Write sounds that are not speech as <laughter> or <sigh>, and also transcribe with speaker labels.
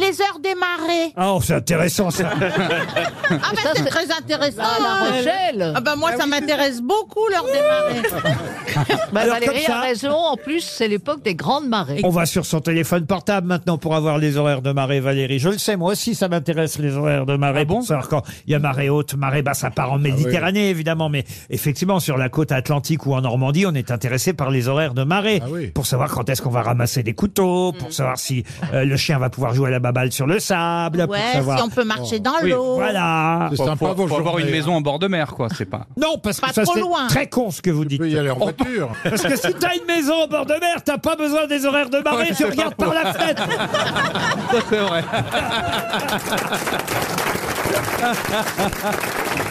Speaker 1: les heures des marées.
Speaker 2: Ah, oh, c'est intéressant ça.
Speaker 1: Ah, ben c'est très intéressant.
Speaker 3: Ah, La Rochelle.
Speaker 1: Ah, ben moi, ça m'intéresse beaucoup l'heure des marées.
Speaker 3: Bah,
Speaker 2: Alors,
Speaker 3: Valérie
Speaker 2: comme ça-
Speaker 3: a raison, en plus, c'est l'époque des grandes marées.
Speaker 2: On va sur son téléphone portable maintenant pour avoir les horaires de marée, Valérie. Je le sais, moi aussi, ça m'intéresse les horaires de marée. bon savoir quand il y a marée haute, marée basse, ça part en Méditerranée, évidemment. Mais effectivement, sur la côte atlantique ou en Normandie, on est intéressé par les horaires de marée.
Speaker 4: Ah oui.
Speaker 2: Pour savoir quand est-ce qu'on va ramasser des couteaux, pour savoir si euh, le chien va pouvoir jouer à la baballe sur le sable, pour
Speaker 1: Ouais,
Speaker 2: savoir...
Speaker 1: si on peut marcher dans
Speaker 5: Oui,
Speaker 1: l'eau.
Speaker 2: Voilà.
Speaker 4: C'est
Speaker 5: Faut,
Speaker 4: sympa
Speaker 5: faut-
Speaker 4: vos
Speaker 5: faut avoir
Speaker 4: journées,
Speaker 5: une maison
Speaker 4: hein.
Speaker 5: en bord de mer, quoi. C'est
Speaker 4: <laughs>
Speaker 5: pas.
Speaker 2: Non, parce que
Speaker 1: Pas
Speaker 2: ça,
Speaker 1: trop
Speaker 2: c'est
Speaker 1: loin.
Speaker 2: très con ce que vous
Speaker 4: Tu
Speaker 2: dites.
Speaker 4: peux y aller en voiture. <laughs>
Speaker 2: Parce que si t'as une maison en bord de mer, t'as pas besoin des horaires de marée,
Speaker 5: Ouais,
Speaker 2: tu
Speaker 5: c'est
Speaker 2: regardes
Speaker 5: pas
Speaker 2: par la fenêtre.
Speaker 5: Ça, c'est vrai.